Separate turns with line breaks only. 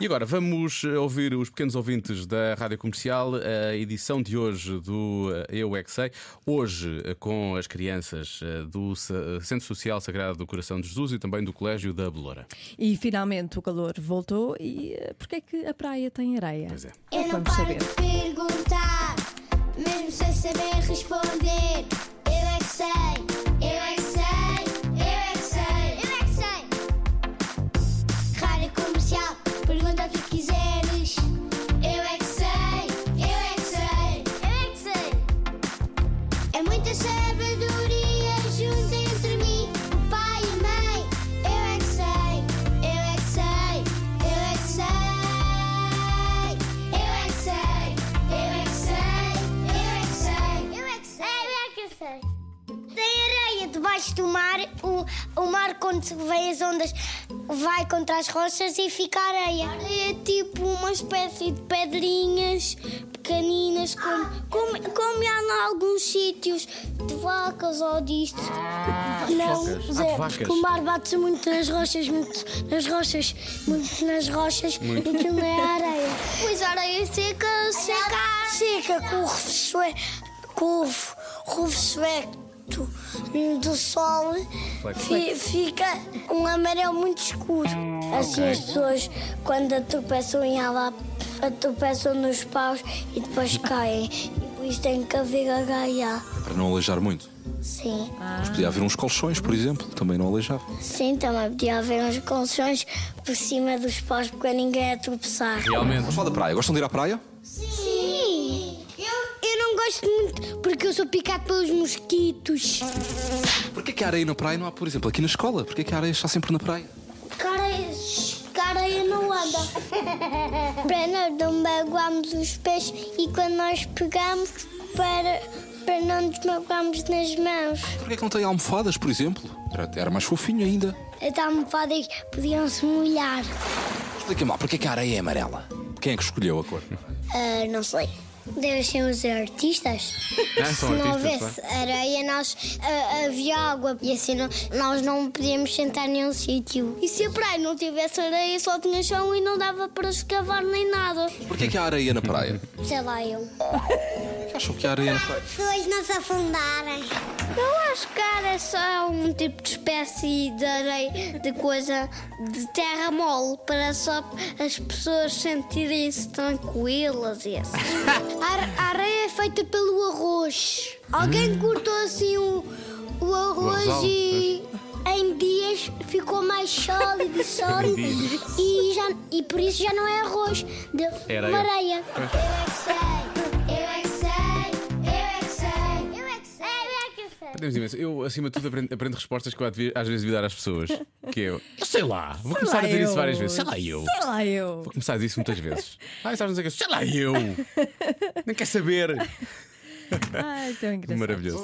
E agora vamos eh, ouvir os pequenos ouvintes da Rádio Comercial, a edição de hoje do eh, Eu É Que Sei. Hoje, eh, com as crianças eh, do Sa- Centro Social Sagrado do Coração de Jesus e também do Colégio da Beloura.
E finalmente o calor voltou e eh, porquê é que a praia tem areia?
Pois é.
É
Eu
que
não
vamos
paro
saber.
de perguntar, mesmo sem saber responder. Eu é que sei, eu é que sei, eu é que sei, eu é que sei. Rádio comercial, pergunta o que quiseres. Eu é que sei, eu é que sei, eu é que sei. É muita sabedoria junto entre mim, o pai e a mãe. Eu é que sei, eu é que sei, eu é que sei. Eu é que sei, eu é que sei, eu é que sei. Eu é que sei, eu é que sei. Tem areia debaixo do mar, o, o mar quando vem as ondas vai contra as rochas e fica areia. É tipo uma espécie de pedrinhas pequeninas, como, como, como há em alguns sítios de vacas ou disto. Não,
Vacas. Ah,
Zé,
de vacas.
porque o mar bate-se muito nas rochas, muito nas rochas, muito nas rochas, e aquilo não é areia. Pois a areia seca, seca, seca, com o refle- com o reflexo do sol fi- fica um amarelo muito escuro. Assim as pessoas, quando atropeçam em água, atropeçam nos paus e depois caem. E por isso tem que haver agaia.
Para não aleijar muito.
Sim.
Mas podia haver uns colchões, por exemplo, também não aleijava.
Sim, também podia haver uns colchões por cima dos paus para ninguém tropeçar.
Realmente.
Vamos falar da praia. Gostam de ir à praia?
Sim! Eu, eu não gosto muito porque eu sou picado pelos mosquitos.
Porquê que a areia na praia não há, por exemplo, aqui na escola? Porquê que a areia está sempre na praia?
Cara, cara eu não anda. para nós não magoarmos um os pés e quando nós pegamos para, para não nos magoarmos nas mãos.
Porquê que não tem almofadas, por exemplo? Era, era mais fofinho ainda.
As almofadas podiam-se molhar.
Explica-me lá, porquê que a areia é amarela? Quem é que escolheu a cor?
Ah, não sei. Devem ser os artistas.
Ah,
Se
são
não
artistas,
houvesse areia, nós, ah, havia água e assim não- nós não podíamos sentar em nenhum sítio. E se a praia não tivesse areia, só tinha chão e não dava para escavar nem nada.
Porquê que há areia na praia?
Sei lá, eu.
Porquê que acham que há areia na praia?
pessoas não se afundarem. Eu acho que era só um tipo de espécie de areia, de coisa de terra mole, para só as pessoas sentirem-se tranquilas e assim. a, areia é feita pelo arroz. Alguém cortou assim o, o arroz
arrozal,
e. Em dias ficou mais sólido, sólido e, já, e por isso já não é arroz, deu
Era
uma
eu.
areia. Eu é que sei, eu é que sei, eu é que sei, eu é que sei, eu é que sei.
Aprendemos imenso. Eu, acima de tudo, aprendo, aprendo respostas que eu devia- às vezes devia dar às pessoas. Que eu, eu sei lá, vou começar
lá
a dizer isso
eu.
várias vezes. Sei lá eu.
Sei lá eu.
Vou começar a dizer isso muitas vezes. Ah, estás a dizer que eu- sei lá eu. Nem quer saber.
Ai, tão engraçado.
Maravilhoso.